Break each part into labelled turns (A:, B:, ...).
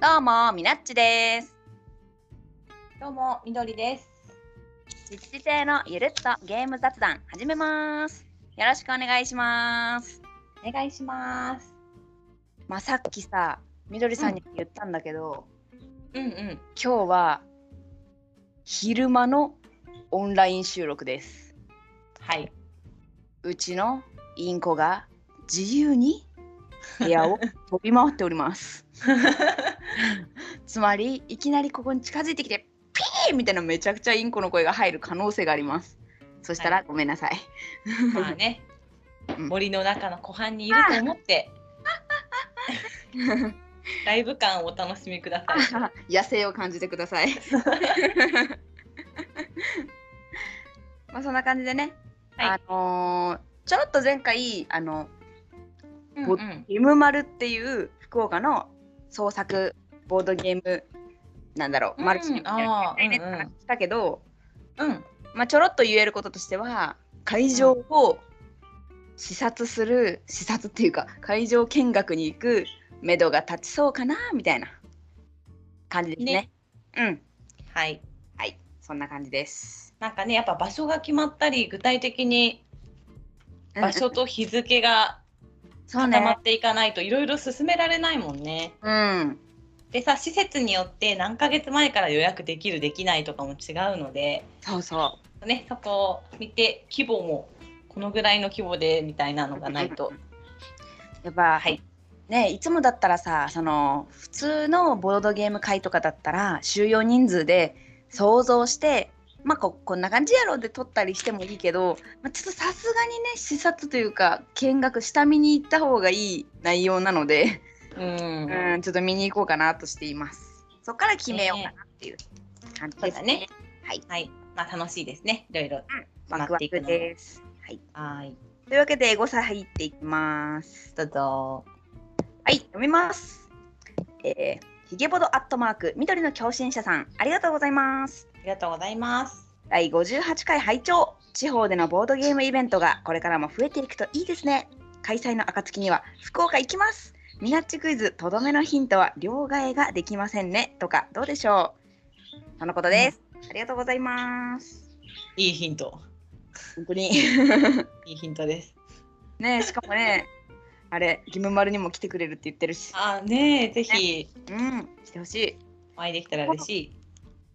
A: どうも、みなっちです。
B: どうも、みどりです。
A: 実時制のゆるっとゲーム雑談始めます。よろしくお願いします。
B: お願いします。
A: まあ、さっきさ、みどりさんにも言ったんだけど、
B: うんうん。
A: 今日は昼間のオンライン収録です。
B: はい。
A: うちのインコが自由に部屋を飛び回っており ます。つまり、いきなりここに近づいてきて、ピーみたいなめちゃくちゃインコの声が入る可能性があります。そしたら、
B: は
A: ごめんなさい。
B: まあね、
A: うん
B: 森の中の湖畔にいると 思って、ライブ感をお楽しみください。
A: 野生を感じてください。 まあそんな感じでね、
B: はい
A: あのーちょろっと前回あの
B: うんうん。
A: リムマルっていう福岡の創作ボードゲームなんだろう、
B: うん
A: マルチみたいな
B: あー
A: やりたいね
B: うんうん
A: って話したけど、
B: うん。
A: まあちょろっと言えることとしては会場を視察する視察っていうか会場見学に行く目処が立ちそうかなみたいな感じですね。うん。
B: はい。
A: はい、そんな感じです。
B: なんかね、やっぱ場所が決まったり、具体的に場
A: うん
B: 所と日付が
A: そう
B: 固ま
A: ね
B: っ。ていかないといろいろ進められないもんね。
A: うん。
B: でさ、施設によって何ヶ月前から予約できる、できないとかも違うので、
A: そうそ
B: ね、そこを見て規模もこのぐらいの規模でみたいな
A: う。
B: のがないと。。
A: やっぱ、
B: はい
A: ねいつもだったらさその普通のボードゲーム会とかだったら収容人数で想像してまあここんな感じやろで撮ったりしてもいいけど、まあ、ちょっとさすがにね視察というか見学下見に行った方がいい内容なので、
B: うん
A: うん、ちょっと見に行こうかなとしています。そこから決めようかなっていう感じ
B: そ
A: で
B: うだ
A: す
B: ね
A: ね。。はい。
B: まあ楽しいですね。いろいろ。
A: ワクワクです。はい。
B: はい。
A: というわけで、エゴサ入っていきます。
B: どうぞ。
A: はい、読みます。えー、ひげぼどアットマーク、緑の共振者さん、ありがとうございます。
B: ありがとうございます。
A: 第58回拝聴地方でのボードゲームイベントがこれからも増えていくといいですね。開催の暁には福岡行きます。ミナッチクイズ、とどめのヒントは両替ができませんね。とか、どうでしょうそのことです。ありがとうございます。
B: いいヒント。
A: 本当に。
B: いいヒントです。
A: ねしかもね、あれ、義務丸にも来てくれるって言ってるし。
B: あーねえ、ぜひ
A: うん、来てほしい。
B: お会いできたら嬉しい。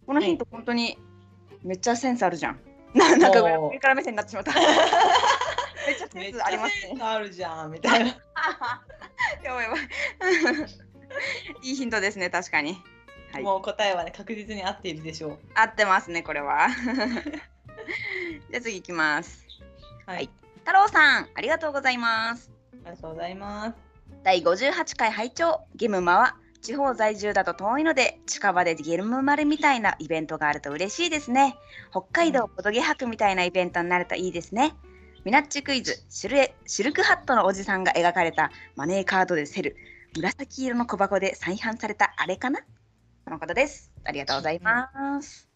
A: このヒント本当にめっちゃセンスあるじゃん。 ななんか上から目線になってし まった。めっちゃセンスあります
B: めっちゃセン
A: ね。
B: スあるじゃんみたいな。
A: やばいやばい。いいヒントですね、確かに。はい
B: もう答えはね確実に合っているでしょう。
A: 合ってますね、これ は。じゃあ次いきます。
B: はい。
A: 太郎さん、ありがとうございます。
B: ありがとうございます。
A: 第58回拝聴ゲムマは地方在住だと遠いので近場でゲムマルみたいなイベントがあると嬉しいですね北海道ボドゲ博みたいなイベントになるといいですねミナッチクイズシルエシルクハットのおじさんが描かれたマネーカードでセル紫色の小箱で再販されたあれかなそのことですありがとうございます、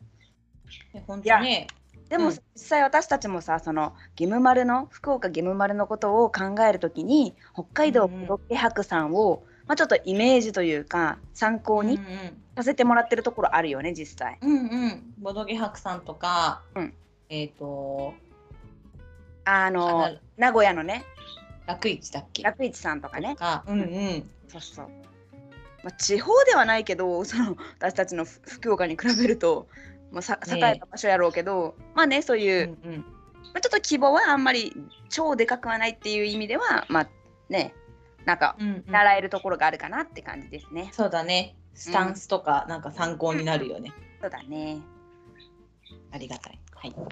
B: ね本当ね。
A: でも、
B: うん
A: 実際私たちもさそのゲムマルの福岡ゲムマルのことを考えるときに北海道
B: うんう
A: ボ
B: ん
A: ロッケ博さんを、まあ、ちょっとイメージというか参考
B: うんう
A: に
B: ん。
A: させてもらってるところあるよね実際。
B: うんうん。ボドゲ博さんとか、
A: うん
B: えっ、と
A: あの
B: あな
A: 名古屋のね
B: 楽市だっけ？
A: 楽市さんとかね
B: か、うんうん。
A: そうそう、まあ、地方ではないけどその私たちのふ福岡に比べると、まあ、さ栄えた場所やろうけど、まあねそう
B: う
A: い
B: ん
A: う、
B: うん。
A: まあ、ちょっと希望はあんまり超でかくはないっていう意味ではまあねなんか
B: うんうん
A: 習えるところがあるかなって感じですね。
B: そうだね。スタンスとか、なんか参考になるよね。
A: そうだね。
B: ありがたい。はい。
A: ま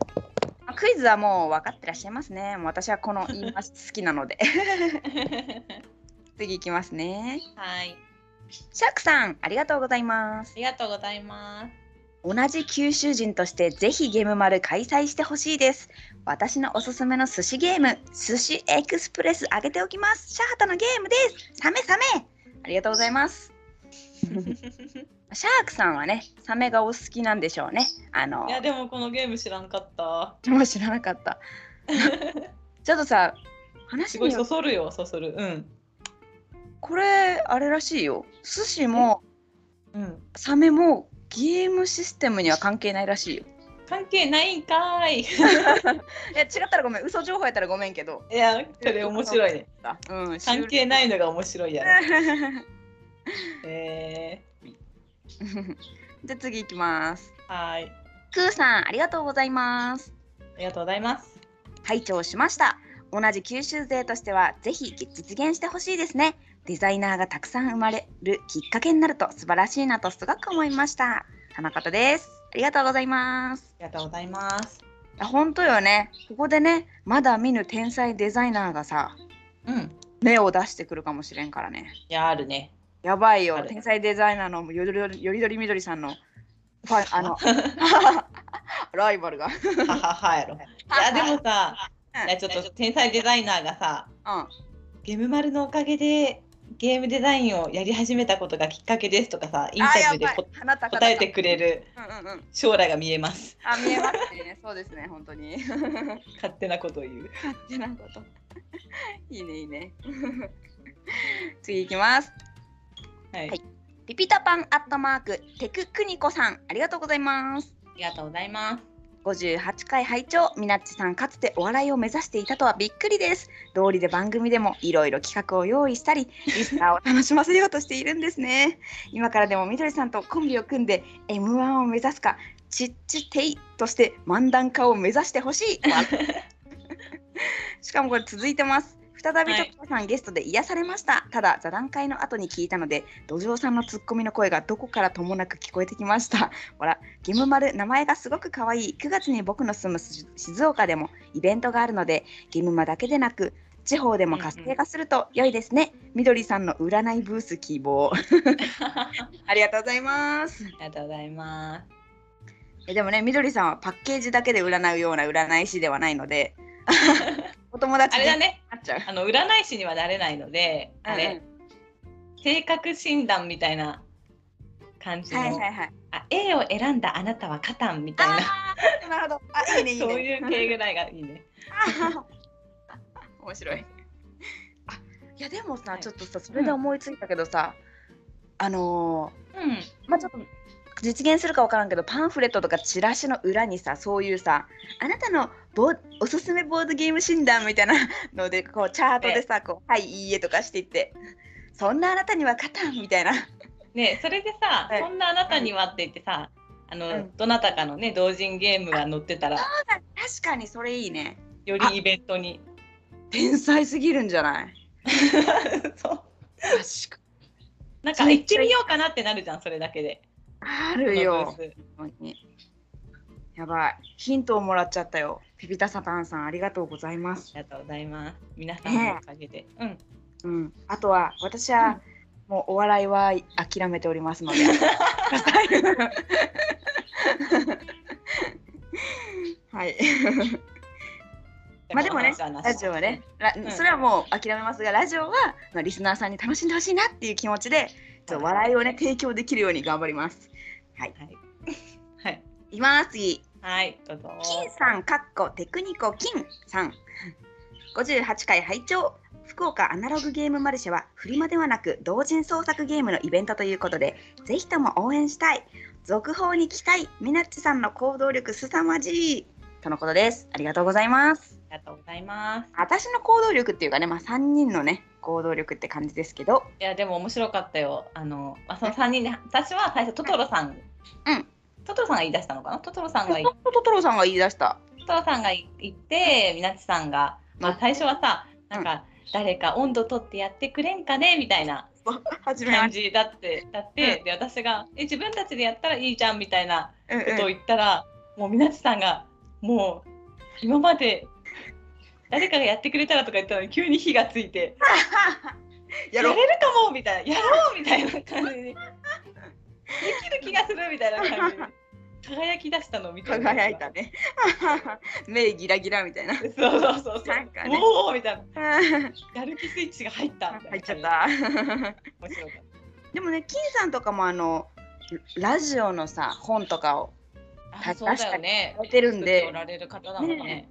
A: あクイズはもう分かってらっしゃいますね。もう私はこの言い回し好きなので。次いきますね。
B: はい。
A: シャークさん、ありがとうございます
B: あ。りがとうございます。
A: 同じ九州人としてぜひゲーム丸開催してほしいです。私のおすすめの寿司ゲーム、寿司エクスプレスあげておきます。シャハタのゲームです。サメサメありがとうござい ます。シャークさんはね、サメがお好きなんでしょうね。あの
B: いや、でも、このゲーム知らんか った。
A: もう知らなか った。ちょっとさ、話
B: すごい
A: によ
B: そそるよ、そそる。うん。
A: これあれらしいよ寿司もサメもゲームシステムには関係ないらしいよ。
B: 関係ないんかーい。
A: いや違ったらごめん、嘘情報やったらごめんけど。
B: いや、それ面白い ね。
A: うん、。
B: 関係ないいのが面白いやろ。 え
A: じゃあ次行きます。
B: ー、はーい。
A: クーさん、ありがとうございます。
B: ありがとうございます。
A: 拝聴しました同じ九州勢としてはぜひ実現してほしいですねデザイナーがたくさん生まれるきっかけになると素晴らしいなとすごく思いました花形ですありがとうございます
B: ありがとうございます。
A: あ本当よねここでねまだ見ぬ天才デザイナーがさ
B: うん。
A: 芽を出してくるかもしれんからね
B: いや、あるね。
A: やばい
B: あ
A: よ
B: る
A: 天才デザイナーのよりどりよりどりみどりさんのフ ァンあのライバルが
B: はは はやろ。いや、でもさ、いや、ちょっと天才デザイナーがさ、
A: うん
B: ゲームマルのおかげでゲームデザインをやり始めたことがきっかけですとかさ、インタビューで
A: あやば
B: こ
A: い花高々
B: 答えてくれる
A: うんうんうん
B: 将来が見えます。
A: あ見えますねそうですね本当に
B: 勝手なことを言う。
A: ってなこと。いいねいいね。 次いきます。
B: はい。
A: はいピピタパンアットマークテククニコさんありがとうございます。
B: ありがとうございます。
A: 58回拝聴みなっちさんかつてお笑いを目指していたとはびっくりです。道理で番組でもいろいろ企画を用意したり、リスナーを楽しませようとしているんですね。今からでもみどりさんとコンビを組んで M1 を目指すか、ちっちていとして漫談家を目指してほしい。しかもこれ続いてます。再び
B: は
A: と
B: い
A: こさんゲストで癒されました。ただ座談会の後に聞いたので、土壌さんのツッコミの声がどこからともなく聞こえてきました。ほら、ゲムマル名前がすごく可愛い。9月に僕の住むす静岡でもイベントがあるので、ゲムマだけでなく地方でも活性化すると良いですね。みどりさんの占いブース希望。
B: あ
A: ありがとうございます。
B: りがとうございます。
A: えでもね、みどりさんはパッケージだけで占うような占い師ではないの で、お友達
B: あ
A: に
B: れだね、
A: なっちゃう。
B: あの占い師にはなれないので、あれ、性格診断みたいな感じ
A: うん
B: の、
A: はいはいはい。
B: あ A を選んだあなたはカタンみたいな、
A: ああ、なるほど。あ、いいねいいね。
B: そういう系ぐらいがいいね。
A: あー面白い。あ、いやでもさ、
B: はい
A: ちょっとさ、それで思いついたけどさ、あの
B: うん。
A: ーまあちょっと実現するかわからんけど、パンフレットとかチラシの裏にさ、そういうさ、あなたのボーおすすめボードゲーム診断みたいなので、こうチャートでさ、こうはいいいえとかしていって、そんなあなたには勝たんみたいな。
B: ねそれでさ、
A: はい
B: そんなあなたにはって言ってさ、あの、
A: うん
B: どなたかのね同人ゲームが載ってたら
A: 確かにそれいいね。
B: よりイベント に。
A: 天才すぎるんじゃない
B: そ
A: 確
B: う。
A: か
B: なんか
A: め
B: 行
A: っ
B: っ
A: ちゃ
B: てみようかなってなるじゃんそれだけで。
A: あるよ。
B: このブース
A: 本当にやばい。ヒントをもらっちゃったよ。ピピタサパンさん、ありがとうございます。
B: ありがとうございます。皆さんのおかげで。うん。
A: うん。あとは、私は、もうお笑いは諦めておりますので。 はい。まあでもね、ラジオはね。、ラ
B: ん
A: それはもう諦めますが、ラジオは、まあ、リスナーさんに楽しんでほしいなっていう気持ちで、ちょっと笑いをね、提供できるように頑張ります。
B: はい。はい。
A: いきます、次。
B: はい。どうぞ。
A: 金さん、かっこテクニコ金さん。58回拝聴福岡アナログゲームマルシェはフリマではなく同人創作ゲームのイベントということでぜひとも応援したい続報に期待みなっちさんの行動力すさまじいとのことですありがとうございます
B: ありがとうございます。
A: 私の行動力っていうかねまあ3人のね行動力って感じですけど
B: いやでも面白かったよ。あの、まあ、その三人で私は最初トトロさん、
A: うん、
B: トトロさんが言い出したのかな。トトロさんがい
A: トトロさんが言い出した
B: トトロさんがい言ってみなちさんが、まあ、最初はさなんか、誰か温度取ってやってくれんかねみたいな
A: 初
B: 感じだってだって、で私がえ自分たちでやったらいいじゃんみたいなこと を言ったら、もうみなちさんがもう今まで誰かがやってくれたらとか言ったのに急に火がついてやれるかもみたいなやろうみたいな感じにできる気がするみたいな感じに輝き出したのを見て
A: 輝いたね 目ギラギラみたいな
B: そうそうそうそう。
A: なんかね
B: おおみたいな。
A: 入
B: やる気スイッチが入ったみ たいな。
A: っちゃっ。た
B: 面白かっ
A: でもね金さんとかもあのラジオのさ本とかを
B: た。あそうだよね。
A: やってるん
B: 作って
A: で
B: おられる方なのかね
A: ね。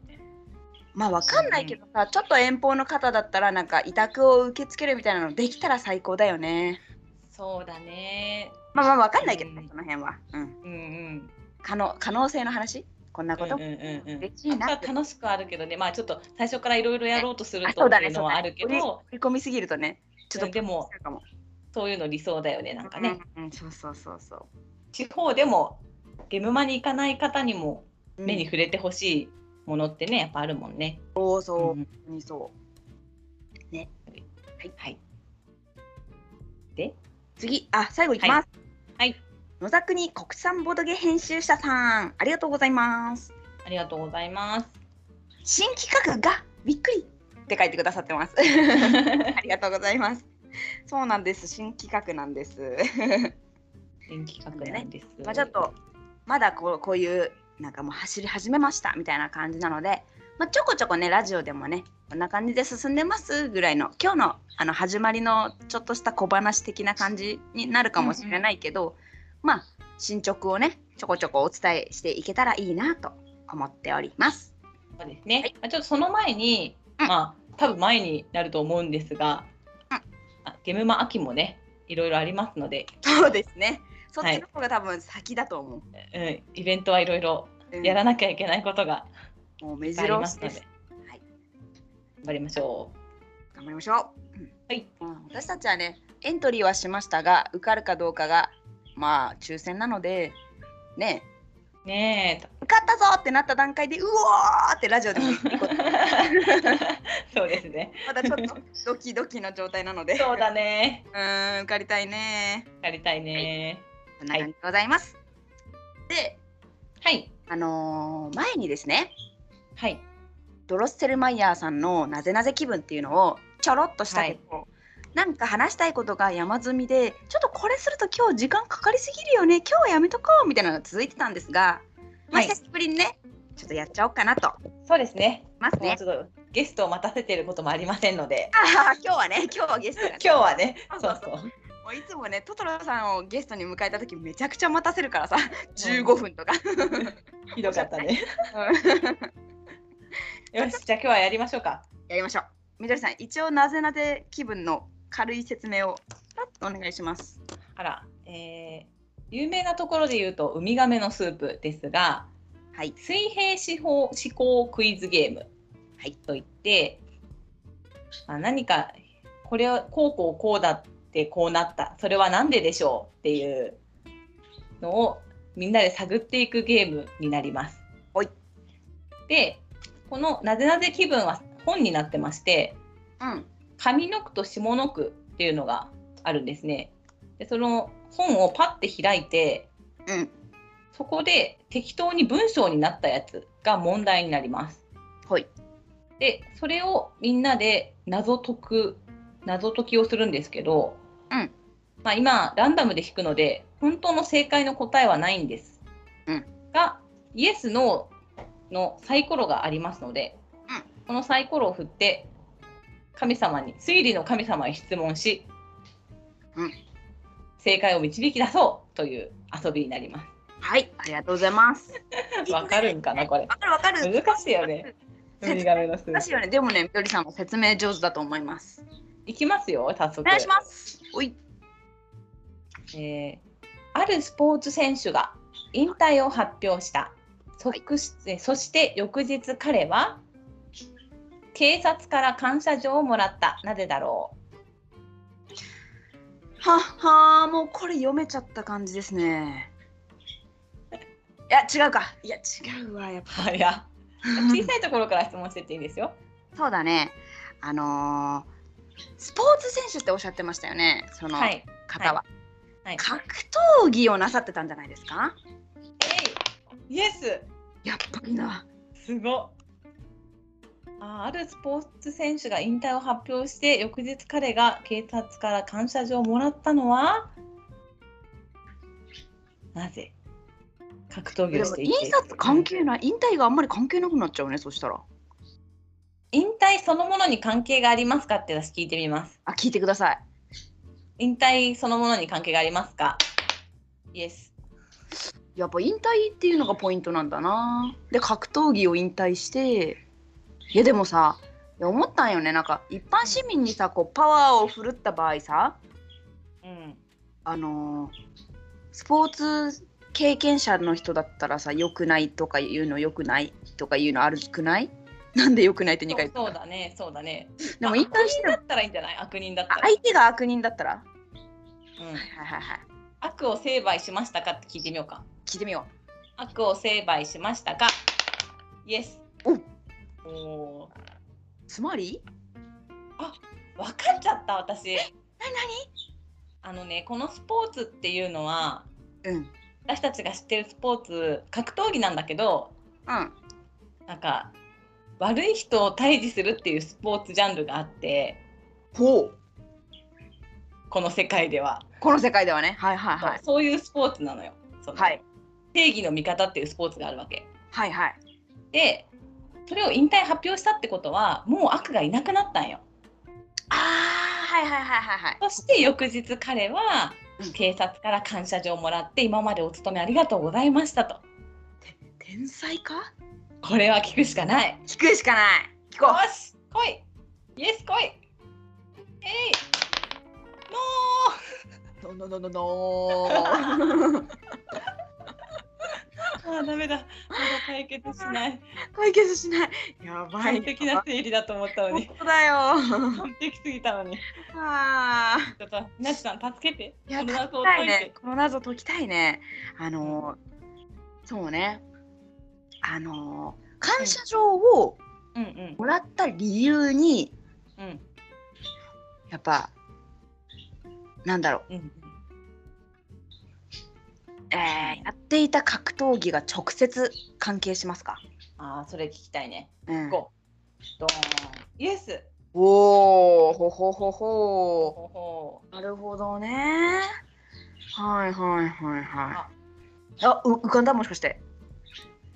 A: まあわかんないけどさちょっと遠方の方だったらなんか委託を受け付けるみたいなのできたら最高だよね
B: そうだね。
A: まあまあ分かんないけどね、その辺は、うん、
B: うんうん
A: 可能可能性の話こんなこと
B: うんうんうんうん
A: 嬉しいな
B: まあ
A: って
B: 楽しくはあるけどねまあちょっと最初からいろいろやろうとする
A: あ
B: と
A: そう
B: って
A: だ
B: い
A: ね
B: うのはあるけど、
A: そう振り込みすぎるとねちょっ
B: うん
A: と
B: でも
A: かも
B: そういうの理想だよねなんかね、
A: うんうん、そうそうそうそう
B: 地方でもゲムマに行かない方にも目に触れてほしいものってねやっぱあるもんね。
A: そうそう、
B: うん
A: 本当にそう
B: はい、
A: 次あ最後いきます
B: はいはい
A: 野田国国産ボドゲ編集者さんありがとうございます
B: ありがとうございます。
A: 新企画がびっくりって書いてくださって ますありがとうございますそうなんです新企画なんです
B: 電気確なんです。
A: まあちょっとまだこうこういうなんかもう走り始めましたみたいな感じなので、まあ、ちょこちょこねラジオでもねこんな感じで進んでますぐらいの今日のあの始まりのちょっとした小話的な感じになるかもしれないけど、まあ進捗をねちょこちょこお伝えしていけたらいいなと思っております。
B: そうですね。まあちょっとその前に、まあ多分前になると思うんですが、
A: うん
B: あゲムマ秋もねいろいろありますので、
A: そうですねそっ
B: はい
A: ちの方が多分先だと思う。
B: うん、イベントはいろいろ
A: うん
B: やらなきゃいけないことが
A: もう目
B: いっぱいあり
A: 白押
B: ます
A: し
B: の
A: で
B: で、
A: す。
B: 頑
A: はい
B: 張りましょう。
A: 頑張りましょう。うん
B: はい、
A: うん私たちはね、エントリーはしましたが、受かるかどうかが、まあ、抽選なので、ねえ、
B: ねえ。
A: 受かったぞってなった段階で、うおーってラジオでも言ってい こう
B: そうですね。
A: まだちょっとドキドキの状態なので、
B: そうだね。
A: うーん、受かりたいね。
B: やりたいね。
A: そんな感じでございます。で、
B: はい。
A: あのー前にですね、
B: はい。
A: ドロッセルマイヤーさんのなぜなぜ気分っていうのをちょろっとしたけど、なんか話したいことが山積みでちょっとこれすると今日時間かかりすぎるよね今日はやめとこうみたいなのが続いてたんですが、まあ
B: はい
A: 久しぶりにねちょっとやっちゃおうかなと思い
B: そうですね。
A: ます
B: もう
A: ね。
B: ちょっとゲストを待たせていることもありませんので、
A: あー 今日はね今日はゲストが、ね、
B: 今日はね、そ
A: そう
B: う
A: そう
B: そう。
A: もういつもねトトロさんをゲストに迎えた時めちゃくちゃ待たせるからさ15分とか。
B: ひどかったね。
A: うん
B: よし、じゃあ今日はやりましょうか。
A: やりましょう。みどりさん一応なぜなぜ気分の軽い説明をパッとお願いします。
B: あら、えー有名なところで言うとウミガメのスープですが、
A: はい
B: 水平思考思考クイズゲーム、はい、といって、まあ、何かこれをこうこうこうだってこうなったそれは何ででしょうっていうのをみんなで探っていくゲームになります。
A: はい
B: でこの「なぜなぜ気分」は本になってまして
A: うん
B: 上の句と下の句っていうのがあるんですね。でその本をパッて開いて
A: うん
B: そこで適当に文章になったやつが問題になります。
A: はい。
B: でそれをみんなで謎解く謎解きをするんですけど、
A: うん
B: まあ、今ランダムで引くので本当の正解の答えはないんです、
A: うん
B: がイエス・ノーのサイコロがありますので、
A: うん
B: このサイコロを振って神様に推理の神様に質問し、
A: うん
B: 正解を導き出そうという遊びになります。
A: はい、ありがとうございます。
B: わかるんかな これ
A: わかるわかる。
B: 難しいよね。ウミガメのスープ
A: 難しいよね。でもね、みどりさんも説明上手だと思います。
B: いきますよ早速
A: お願いします。おい。
B: えーあるスポーツ選手が引退を発表した、そしえそして翌日彼は警察から感謝状をもらったなぜだろ
A: ははもうこれ読めちゃった感じですね。いや違うか。いや違うわやっ
B: う
A: ぱ。
B: はや小さいところから質問してっていいですよ
A: そうだね。あのースポーツ選手っておっしゃってましたよね。その
B: はい
A: 方は。
B: はい
A: 格闘技をなさってたんじゃないですか。
B: えいイエス
A: やっぱりな。
B: すごっあーあるスポーツ選手が引退を発表して翌日彼が警察から感謝状をもらったのはなぜ格闘技
A: で
B: をし
A: も
B: て
A: 印刷関係ない。引退があんまり関係なくなっちゃうね。そしたら。
B: 引退そのものに関係がありますかって私聞いてみます
A: あ聞いてください。
B: 引退そのものに関係がありますかイエス
A: やっぱ引退っていうのがポイントなんだなで格闘技を引退していやでもさいや思ったんよねなんか一般市民にさこうパワーを振るった場合さ
B: うん
A: あのースポーツ経験者の人だったらさ良くないとか言うの良くないとか言うのあるくないなんで良くないって2回言った
B: そうそうだねそうだね
A: でも
B: あ
A: 引退して
B: 悪人だ
A: も
B: ったらいいんじゃない悪人だった
A: あ
B: ら、
A: 相手が悪人だったら
B: うん
A: はいはいはい
B: 悪を成敗しましたかって聞いてみようか
A: 聞いてみよ
B: 悪を成敗しましたかイエスおおー
A: うつまり
B: 分かっちゃった私
A: な
B: あのねこのスポーツっていうのは
A: になにうん
B: 私たちが知ってるスポーツ格闘技なんだけど
A: うん
B: なんか悪い人を退治するっていうスポーツジャンルがあって
A: ほう
B: この世界では、
A: この世界ではねはいはいはい
B: そういうスポーツなのよその
A: はい
B: 正義の味方っていうスポーツがあるわけ
A: はいはい
B: でそれを引退発表したってことはもう悪がいなくなったんよ
A: ああはいはいはいはいはい
B: そして翌日彼は
A: うん
B: 警察から感謝状をもらって今までお勤めありがとうございましたと
A: 天才か
B: これは聞くしかない
A: 聞くしかない聞
B: よ
A: こう
B: し来いイエス来いえいも
A: ののののの
B: うあーダメだまだ解決しない
A: 解決しないやばい
B: 完璧な生理だと思ったの
A: 本
B: に
A: 当だよ
B: 完璧すぎたのに
A: あー
B: ちょっとなちさん助けて
A: いや
B: この謎を
A: 解きたい
B: 解い
A: ね
B: て、
A: この謎解きたいねあのーそうねあのー感謝状を
B: うんうん
A: もらった理由に
B: うん
A: やっぱなんだろう、
B: うん
A: えーやっていた格闘技が直接関係しますか、
B: ああそれ聞きたいね
A: うん
B: こドーンイエス
A: おおほほほほ
B: ほうほ
A: なるほどねはいはいはいは
B: あ
A: いあう浮かんだもしかして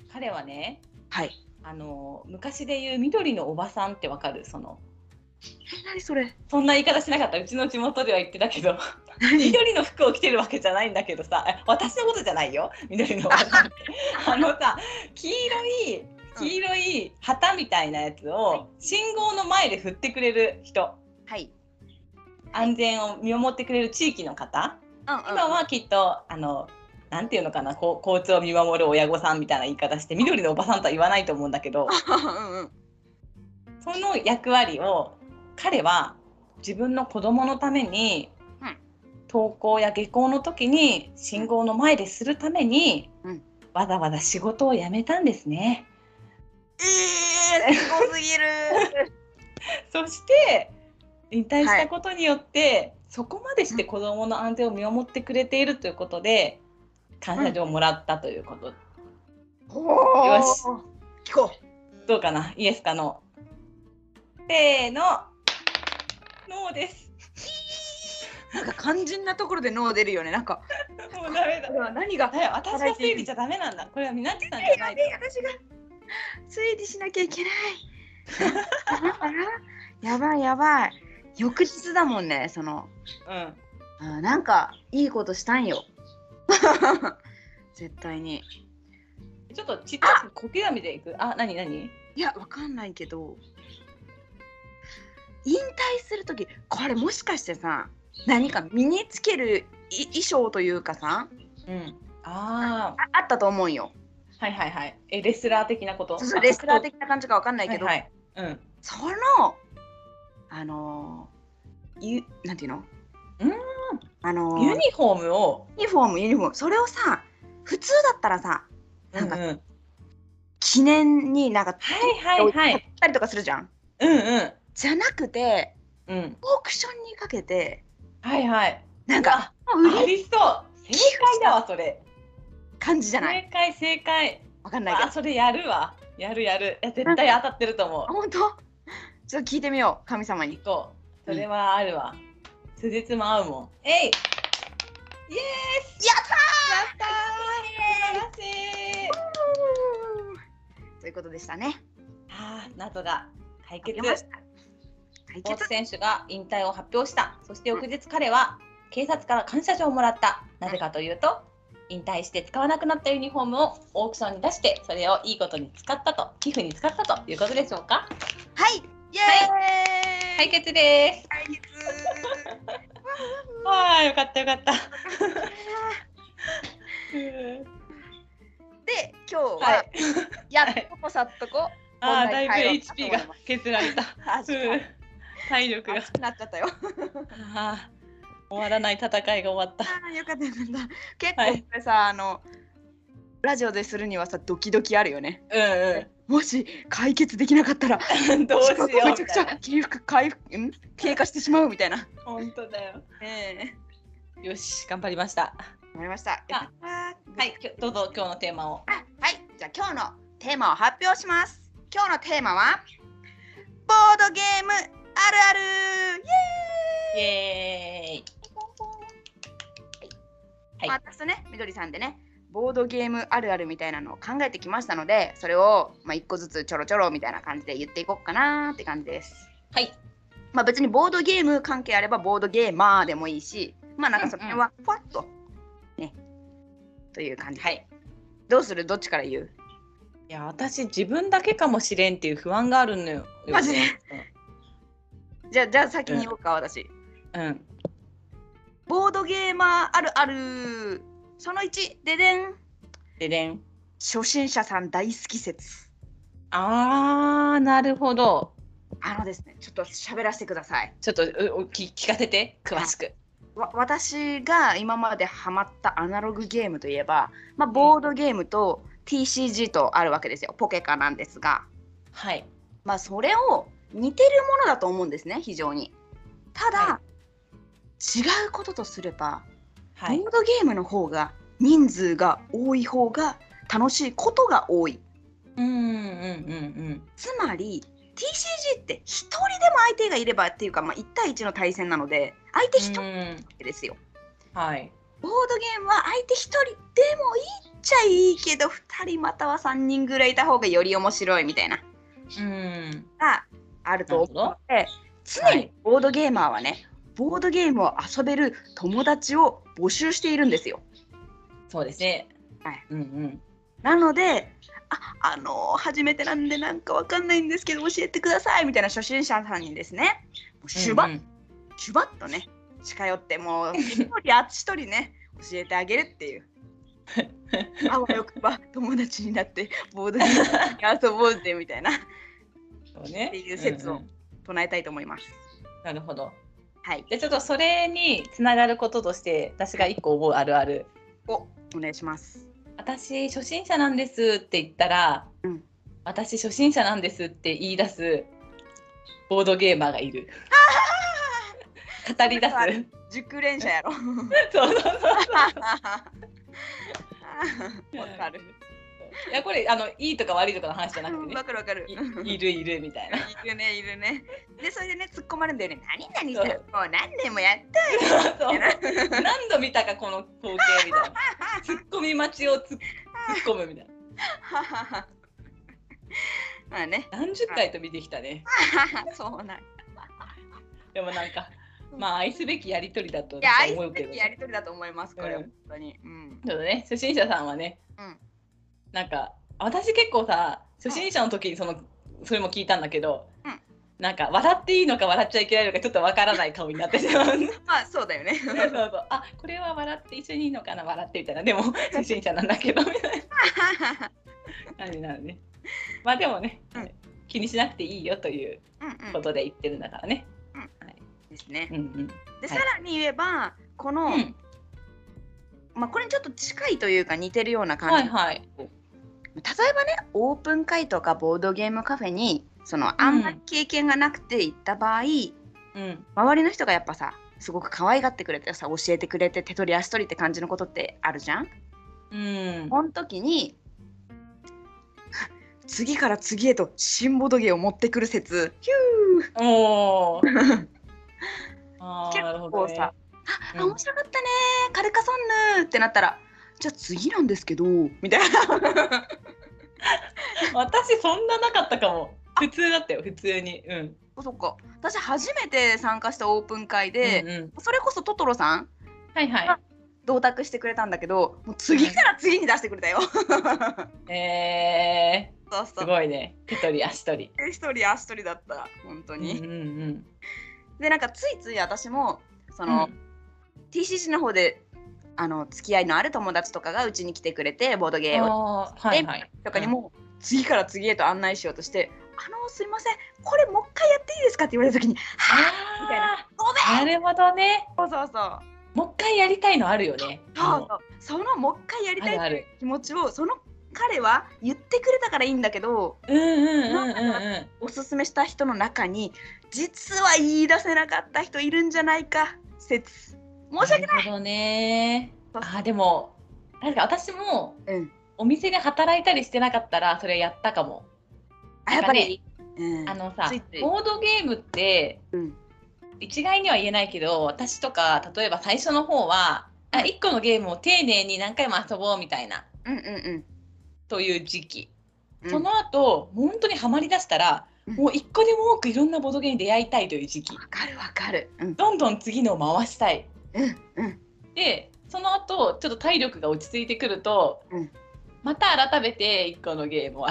B: う彼はね
A: はい
B: あの昔で言う緑のおばさんってわかるその
A: え何それ
B: そんな言い方しなかったうちの地元では言ってた けど
A: 何
B: 緑の服を着てるわけじゃないんだけどさえ私のことじゃないよ緑 のおばさんってあのさ黄色い黄色い旗みたいなやつを信号の前で振ってくれる人
A: はい
B: 安全を見守ってくれる地域の方
A: うんうん
B: 今はきっとあのなんていうのかなこう交通を見守る親御さんみたいな言い方して緑のおばさんとは言わないと思うんだけど
A: うんうん
B: その役割を彼は自分の子供のために、
A: うん
B: 登校や下校の時に信号の前でするために、
A: うん
B: わざわざ仕事を辞めたんですね。
A: ええー、すごすぎる。
B: そして引退したことによって、そこまでして子供の安全を見守ってくれているということで感謝状をもらったということ、
A: よ
B: し。
A: 聞こう。
B: どうかなイエスかノーせーのノーです
A: なんか肝心なところで脳出るよね。なんか。
B: もうダメだ
A: うわ何が。
B: だよ私が推理じゃダメなんだこれはみなちさんじゃな
A: や
B: い
A: べえ私が。推理しなきゃいけない。あらやばいやばい。翌日だもんね。その。
B: うん
A: あなんかいいことしたんよ。 絶対に。
B: ちょっとちっちゃく小刻みでいくあ何何
A: いや、わかんないけど。引退するとき、これもしかしてさ、何か身につけるい衣装というかさ、
B: うんあ
A: ああったと思うんよ。
B: あはいはいはいえレスラー的なこと
A: そうそうレスラー的な感じかわかんないけど、
B: はいはい、うん
A: その、あのー、ゆなんていうの
B: うん
A: あのー
B: ユニフォームを、
A: ユニフォーム、ユニフォーム、それをさ、普通だったらさ、なんか
B: うんうん
A: 記念になんか、
B: はいはいは
A: 買っ
B: い。
A: たりとかするじゃん。
B: うんうん
A: じゃなくて、
B: うん。
A: オークションにかけて、
B: はいはい。
A: なんか、
B: あ、
A: 売り
B: ありそう。正解だわそれ。
A: 感じじゃない
B: 正解正解。
A: わかんないけ
B: あ、
A: ど。
B: それやるわ。やるやる。いや絶対当たってると
A: あ、
B: 思う。
A: 本当ちょっと聞いてみよう、神様に
B: 行。こう。それはあるわ。数日も合うもん。えい。イエース。
A: や
B: ったー。やったー。素晴らしい。
A: ということでしたね。
B: あー、謎が解
A: 解
B: 決
A: け。ました。解
B: スポーツ
A: 決。
B: 選手が引退を発表した。そして翌日彼は警察から感謝状をもらった。なぜかというと。引退して使わなくなったユニフォームをオークションに出してそれをいいことに使ったと寄付に使ったということでしょうか
A: はい。イエー
B: 解
A: イ。
B: 決です
A: 解決。
B: はい、よかったよかった。
A: で今日
B: は。
A: はいやっとこさっとこ
B: ああ、
A: 問
B: だい
A: 題
B: ぶ
A: 変えようかなと
B: HP が削られ た。
A: 熱
B: うん体力が。
A: くなっちゃったよ。
B: あー終わらない戦いが終わった。
A: あーよかったよかった。結
B: は
A: 構
B: い
A: これさ、あのラジオでするにはさドキドキあるよね。
B: うん
A: もし解決できなかったら
B: うん。 どうしよう
A: 資格めちゃ
B: み
A: くち
B: た
A: ゃ
B: いな。
A: 回復回復ん経過してしまうみたいな。
B: 本当だよ。
A: ええ
B: よし、頑張りました。
A: 思いました。
B: あ
A: は
B: はい、きょどうぞ今日のテーマを。
A: はい、じゃあ今日のテーマを発表します。今日のテーマはボードゲームあるあるイエ
B: イエーイ。
A: ーイ、
B: はい
A: まあ私とね、みどりさんでね、ボードゲームあるあるみたいなのを考えてきましたので、それをまあ一個ずつちょろちょろみたいな感じで言っていこうかなって感じです。
B: はい。
A: まあ別にボードゲーム関係あればボードゲーマーでもいいし、まあなんかその辺はポワッとね、という感じ。
B: はい。
A: どうするどっちから言う
B: いや私自分だけかもしれんっていう不安があるのよ。
A: マジでじゃあじゃあ先に言おうか、私。
B: うん。
A: ボードゲーマーあるあるその1ででん
B: ででん。
A: 初心者さん大好き説
B: あーなるほど。
A: あのですねちょっと喋らせてください
B: ちょっとううき聞かせて詳しく。
A: わ私が今までハマったアナログゲームといえば、まあ、ボードゲームと TCG とあるわけですよポケカなんですが
B: はい。
A: まあそれを似てるものだと思うんですね非常にただ、
B: は
A: 違うこととすれば、
B: はい
A: ボ。ードゲームの方が人数が多い方が楽しいことが多い
B: うんうんうんうん。
A: つまり TCG って一人でも相手がいればっていうか、まあ、1対1の対戦なので相手一人
B: うん
A: ですよ、
B: はい。
A: ボードゲームは相手一人でもいいっちゃいいけど2人または3人ぐらいいた方がより面白いみたいな
B: うん。
A: があると思うので
B: ど
A: 常にボードゲーマーはね、ボードゲームを遊べる友達を募集しているんですよ
B: そうですね。
A: はい。
B: うんうん。
A: なのでああのー初めてなんでなんかわかんないんですけど教えてくださいみたいな初心者さんにですねもうシュバッ
B: うん
A: シュバッとね近寄って もう一人あっち一人ね教えてあげるっていうあわよくば友達になってボードゲームに遊ぼうぜみたいな
B: うん。そうね。
A: っていう説を
B: んん
A: 唱えたいと思います
B: なるほど。
A: はい
B: でちょっとそれにつながることとして私が一個思うあるある。
A: おお願いします
B: 私初心者なんですって言ったら、
A: うん
B: 私初心者なんですって言い出すボードゲーマーがいる。語り出す
A: それはあ。熟練者やろ
B: そうそうそ
A: あ
B: う。
A: わかる。
B: いやこれあのいいとか悪いとかの話じゃなくてね
A: わ。かるわかる
B: いいるいるみた いな。
A: いるねいるねでそれでね突っ込まれるんだよね何
B: そう
A: 々さもう何年もやった
B: そう
A: よ
B: 何度見たかこの光景みたいな。ツッコミ待ちをつ突っ込むみたい
A: まあね
B: な。何十回と見てきたね。
A: そうなん
B: でもなんかまあ愛すべきやりとりだと
A: いや、愛
B: 思う
A: す
B: け
A: べ
B: ど。
A: きやりとりだと思います、これ、
B: うん
A: 本当に。うん。
B: そうだね初心者さんはね、
A: うん
B: なんか私結構さ初心者の時にそのそれも聞いたんだけど、
A: うん
B: なんか笑っていいのか笑っちゃいけないのかちょっとわからない顔になってしまう そう
A: まあ、そうだよね。
B: そうそうあこれは笑って一緒にいいのかな笑ってみたいなで も初心者なんだけどみたいな感じなのねまあでもね、
A: うん
B: 気にしなくていいよという
A: うんう
B: こ
A: ん。
B: とで言ってるんだからね
A: ですね
B: う。んうん
A: で、
B: は
A: さ
B: い
A: らに言えば、この、
B: うん
A: まあ、これにちょっと近いというか、似てるような
B: は
A: 感
B: い
A: じ。
B: はい
A: 例えばね、オープン会とかボードゲームカフェに、その、あんまり経験がなくて行った場合、
B: うん
A: 周りの人がやっぱさ、すごく可愛がってくれてさ、教えてくれて、手取り足取りって感じのことってあるじゃん。
B: うん
A: この時に、次から次へと新ボドゲを持ってくる説、ヒュー
B: おー あーなるほど、ね、
A: 結構さ
B: うん
A: あ面白かったねーカルカソンヌーってなったらじゃあ次なんですけどみたいな
B: 私そんななかったかも普通だったよ普通にうん
A: そっか私初めて参加したオープン会で、
B: うんうん、
A: それこそトトロさん
B: はいは
A: 同卓してくれたんだけどもう次から次に出してくれたよ
B: いえ
A: そう
B: ー、
A: そ
B: す
A: う
B: ごいね手取り足取
A: 一人足取りだった本当
B: り
A: に、
B: うんうん
A: でなんかついつい私もそ
B: うん
A: の、TCG の方であの付き合いのある友達とかがうちに来てくれてボードゲームを
B: あーはいはい。
A: とかにもう、次から次へと案内しようとして「あのすいませんこれもう一回やっていいですか?」って言われた時に「
B: あ
A: はあみたいなごめん!」
B: あーなるほどね。
A: そうそうそう
B: もう一回やりたいのあるよね。
A: そうそうそのもう一回やり
B: あ
A: たい
B: るある。
A: 気持ちをその彼は言ってくれたからいいんだけど
B: うんうんうんうんうん。
A: おすすめした人の中に実は言い出せなかった人いるんじゃないか説申し訳ない、
B: なるほどね。
A: そうそう
B: あーでも確か私も
A: うん、
B: お店で働いたりしてなかったらそれやったかも。
A: あやっぱり、うん、
B: あのさ
A: ついつい
B: ボードゲームって、
A: うん
B: 一概には言えないけど私とか例えば最初の方は、あ1個のゲームを丁寧に何回も遊ぼうみたいな
A: うんうんうん
B: という時期、
A: うん
B: その後もう本当にはまりだしたら、
A: うん
B: もう1個でも多くいろんなボードゲームに出会いたいという時期
A: わかるわかるうん
B: どんどん次のを回したい
A: うんうん
B: でその後ちょっと体力が落ち着いてくると、
A: うん
B: また改めて1個のゲームを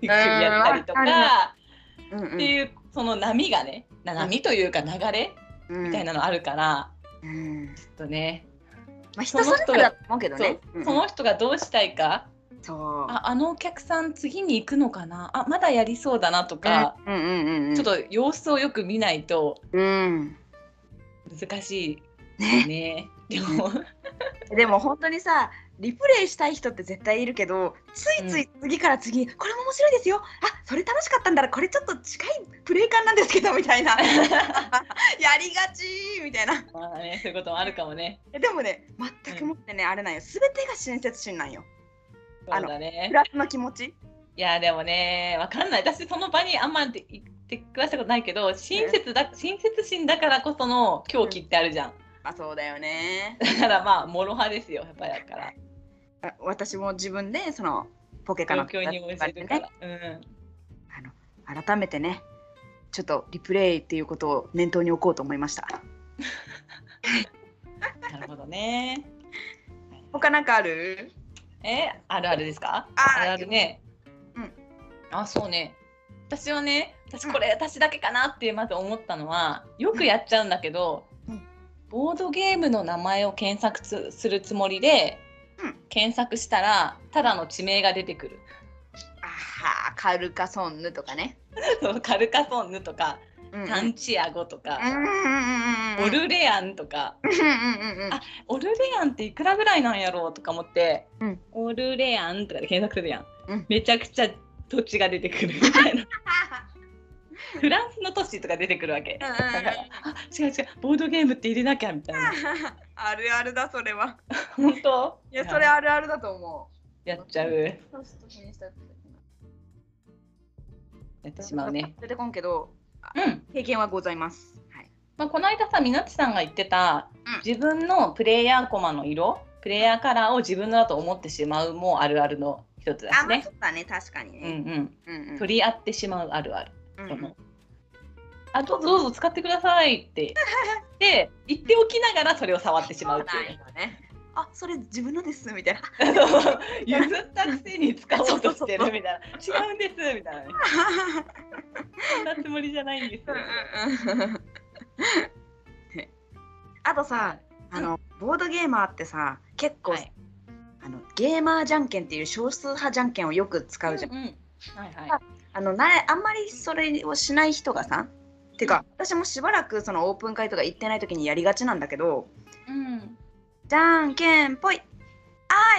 B: やったりと
A: わか
B: か
A: うんうん
B: っていうその波がねな波というか流れみたいなのあるか
A: うんう
B: ら、
A: ん
B: ちょっとね
A: まあ人それぞれだと思うけど
B: そう
A: ねうん
B: その人がどうしたいか、
A: そう
B: ああのお客さん次に行くのかなあまだやりそうだなとか、
A: うんうんうんうん
B: ちょっと様子をよく見ないと
A: うん
B: 難しい
A: ね
B: ね。でも、
A: でも本当にさリプレイしたい人って絶対いるけどついつい次から次、これも面白いですよあそれ楽しかったんだらこれちょっと近いプレイ感なんですけどみたいなや りがちみたいな
B: まあね、そういうこともあるかもね。
A: でもね全くもってね、あれなんよ全てが親切心なんよ
B: そうだ
A: プ
B: ね。
A: ラスの気持ち
B: いやでもね、わかんない。私その場にあんまで行ってくわしたことないけど、親切だ親切心だから こその狂気ってあるじゃん。
A: あそうだよね
B: だからまあ諸刃ですよ。やっぱりだから
A: あ私も自分でそのポケカ
B: 状
A: の
B: 況に応じるから。うん。
A: あの改めてねちょっとリプレイっていうことを念頭に置こうと思いました
B: なるほどね。
A: 他なんかある
B: えあるあるですか
A: あ
B: あるあるね。
A: うん。
B: あ、そうね。私はね、私これ私だけかなってまず思ったのは、よくやっちゃうんだけど、
A: うん
B: ボードゲームの名前を検索つするつもりで、
A: うん
B: 検索したらただの地名が出てくる。
A: あーカルカソンヌとかね
B: そうカルカソンヌとか、
A: うんうん
B: タンチアゴとか、
A: オ
B: オルレアンとか、あオルレアンっていくらぐらいなんやろうとか思って、
A: うん
B: オルレアンとかで検索するやん、
A: うん
B: めちゃくちゃ土地が出てくるみたいなフランスの都市とか出てくるわけ、
A: うんうんうん
B: だからあ違う違うボードゲームって入れなきゃみたい な
A: あるあるだそれは。
B: 本当
A: いやそれあるあるだと思
B: やっちゃう
A: う。ちょっと気にしたや
B: やってしまうね
A: 出てこんけど
B: うん
A: 経験はございます。はい。
B: まあ、この間さみなっちさんが言ってた、
A: うん
B: 自分のプレイヤーコマの色プレイヤーカラーを自分のだと思ってしまうもあるあるの一つだ
A: あ
B: し
A: まあ
B: ね
A: そうだね確かに
B: うんう
A: ね。
B: ん
A: うんうん
B: 取り合ってしまうあるある
A: うんう
B: そ
A: ん
B: のあどうぞどうぞ使ってください ってで言っておきながらそれを触ってしまうってい
A: そ
B: う
A: うなんよね。あそれ自分のですみたい な。
B: 譲ったくせに使おうとしてる みたいな違うんですみたいなねそんなつもりじゃないんですよ
A: ねあとさあのボードゲーマーってさ結構、
B: はい
A: あのゲーマーじゃんけんっていう少数派じゃんけんをよく使うじゃん。
B: うんうんはいは
A: あのなあんまりそれをしない人がさてか私もしばらくそのオープン会とか行ってない時にやりがちなんだけど
B: いうん
A: じゃんけんぽいあ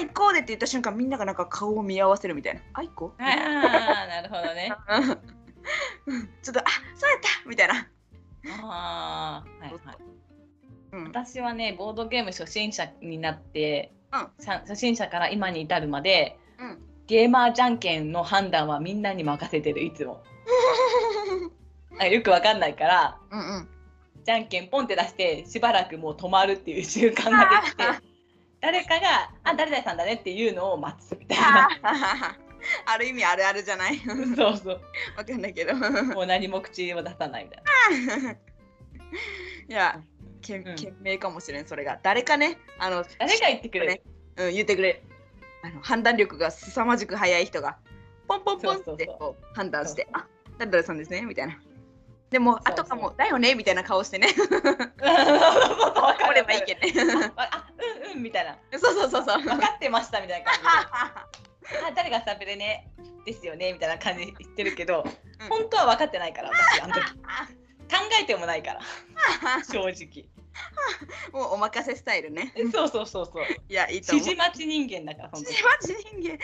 A: ー行こうでって言った瞬間みんながなんか顔を見合わせるみたいなあ行こう
B: ああなるほどね
A: うんちょっとあそうやったみたいな、
B: ああはいはい
A: うん、
B: 私はねボードゲーム初心者になって、
A: う
B: さ初心者から今に至るまで、
A: うん
B: ゲーマーじゃんけんの判断はみんなに任せてるい つもあよくわかんないから
A: うんうん
B: じゃんけんポンって出してしばらくもう止まるっていう習慣ができて
A: あー
B: 誰かが「あ誰々さんだね」っていうのを待つみたい
A: あ
B: な
A: ー ある意味あるあるじゃない
B: そうそう
A: わかんないけど
B: もう何も口を出さないみたい
A: いやけん
B: うん
A: 賢明かもしれんそれが誰かねあの
B: な誰が言ってくれる
A: うん、言ってくれあの判断力が凄まじく早い人がポンポンポン
B: そう
A: っ
B: そ
A: て
B: うそう
A: こう判断して「あ誰々さんですね」みたいな。でも
B: そう
A: あとかも「だよね」みたいな顔してね
B: そうそうそうわ
A: 来
B: かる
A: れ
B: わか
A: ば
B: る
A: いいけどね。
B: ああうんうんんみたいな
A: そうそうそう そう。
B: 分かってましたみたいな感じ であ誰がサブレねですよねみたいな感じで言ってるけど、
A: うん
B: 本当は分かってないから私あの時考えてもないから正直
A: もうお任せスタイルね。
B: そうそうそうそう
A: いや、いいと
B: 指
A: 思う。
B: 示待ち人間だから本当
A: 指
B: に
A: 示待ち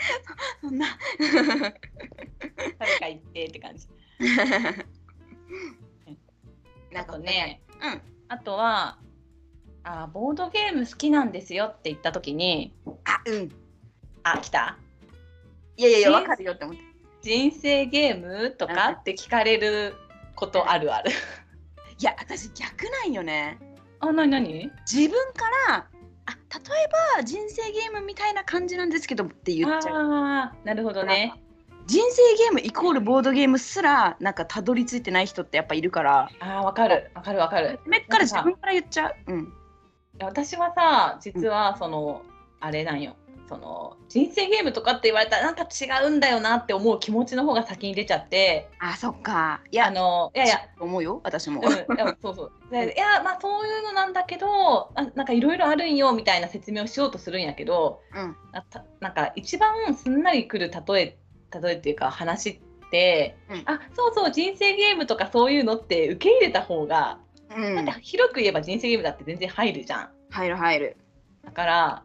A: 人間。そそ んな。
B: 誰か行ってって感じ
A: な
B: あ
A: んか
B: と。ね
A: うん。
B: あとはあボードゲーム好きなんですよって言った時に
A: あ、うん。
B: あ来た
A: いやいやいや、
B: 人
A: わかるよって思って。
B: 人生ゲームとかって聞かれることあるある
A: いや、私逆なんよね。
B: あなになに
A: 自分から。あ、例えば人生ゲームみたいな感じなんですけどって言っちゃう。
B: あーなるほどね
A: 人生ゲームイコールボードゲームすら、なんかたどり着いてない人ってやっぱいるから。
B: あーわかるわかるわかる
A: めっから自分から言っちゃう。うん。
B: 私はさ実はその、あれなんよその人生ゲームとかって言われたらなんか違うんだよなって思う気持ちの方が先に出ちゃって
A: あ、そっか。い
B: あ
A: や、
B: のい
A: い
B: やいや、
A: 思うよ、私も。
B: うん、でもそうそうでいやまあそういうのなんだけどあなんかいろいろあるんよみたいな説明をしようとするんやけど
A: うん。
B: あたなんか一番すんなりくる例え例えっていうか話って、
A: うん
B: あそうそう人生ゲームとかそういうのって受け入れた方が、
A: う
B: だっ
A: ん
B: て。広く言えば人生ゲームだって全然入るじゃん。
A: 入る入る。
B: だから、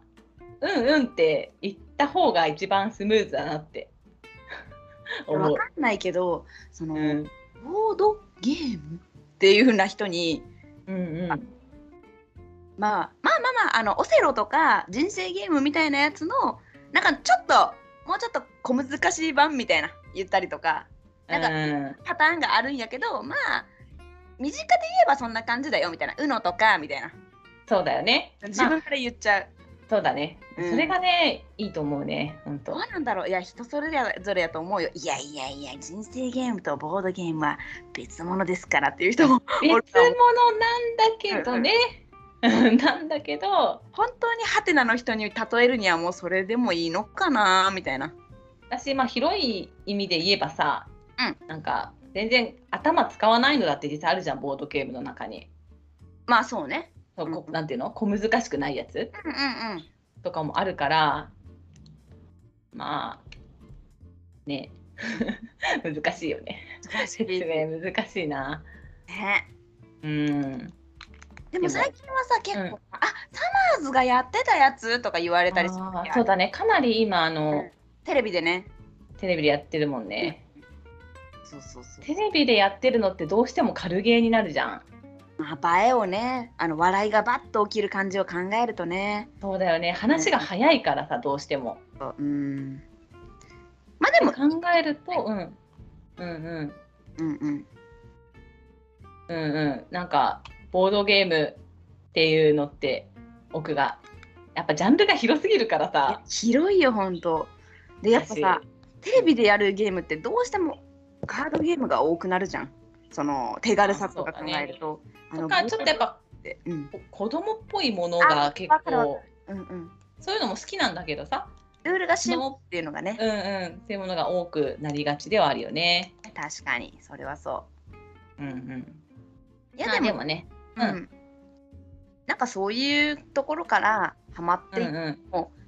B: うんうんって言った方が一番スムーズだなって思
A: わ
B: う。
A: かんないけど、その。
B: うん、
A: ボードゲームっていうふうな人に、
B: うんうん、
A: あまあ、まあまあまああのオセロとか人生ゲームみたいなやつのなんかちょっともうちょっと小難しい版みたいな言ったりとかなんか
B: うん
A: パターンがあるんやけどまあ身近で言えばそんな感じだよみたいな「うの」とかみたいな
B: そうだよね。
A: 自
B: まあ
A: 分から言っちゃう。
B: そうだね、
A: うん
B: それがねいいと思うね。本当
A: どう。なんだろういや人それぞれやと思うよ。いやいやいや人生ゲームとボードゲームは別物ですからっていう人 も
B: 別物なんだけどね。 なんだけど
A: 本当にハテナの人に例えるにはもうそれでもいいのかなみたいな。
B: 私まあ広い意味で言えばさ、
A: う
B: なんか全然頭使わないのだって実際あるじゃんボードゲームの中に。
A: まあそうね。
B: そうこ
A: うん
B: なんていうの小難しくないやつ。
A: うんうんうん。
B: とかもあるからまあね 難しいよね
A: 難しい
B: 説明難しいな
A: ね。
B: うん
A: でも最近はさ結構、
B: うん
A: あサマーズがやってたやつとか言われたりする
B: あーそうだねかなり今あの、
A: テレビでね。
B: テレビでやってるもんね
A: そうそうそ
B: テレビでやってるのってどうしても軽ゲーになるじゃん
A: う。まあ映えをねあの笑いがバッと起きる感じを考えるとね。
B: そうだよね話が早いからさどうしても
A: そううん。まあでも
B: 考えると、うん、うんうん
A: うんうん。
B: うんうんなんかボードゲームっていうのって奥がやっぱジャンルが広すぎるから
A: い
B: さ
A: や広いよほんと。でやっぱさテレビでやるゲームってどうしてもカードゲームが多くなるじゃん。その手軽さとか考えると。あ
B: と
A: の
B: かちょっとやっぱ
A: てうん
B: こ子供っぽいものが結
A: あわかるわ
B: 構
A: うんうん。
B: そういうのも好きなんだけどさ
A: ルールがシンプル
B: の
A: っていうのがね
B: う。んうんそういうものが多くなりがちではあるよね。
A: 確かにそれはそ
B: うんうん、
A: う。い
B: い
A: やでも
B: でもね、う
A: う
B: ん
A: ん、なんかそういうところからハマっ
B: う
A: て
B: ん
A: い、
B: うん、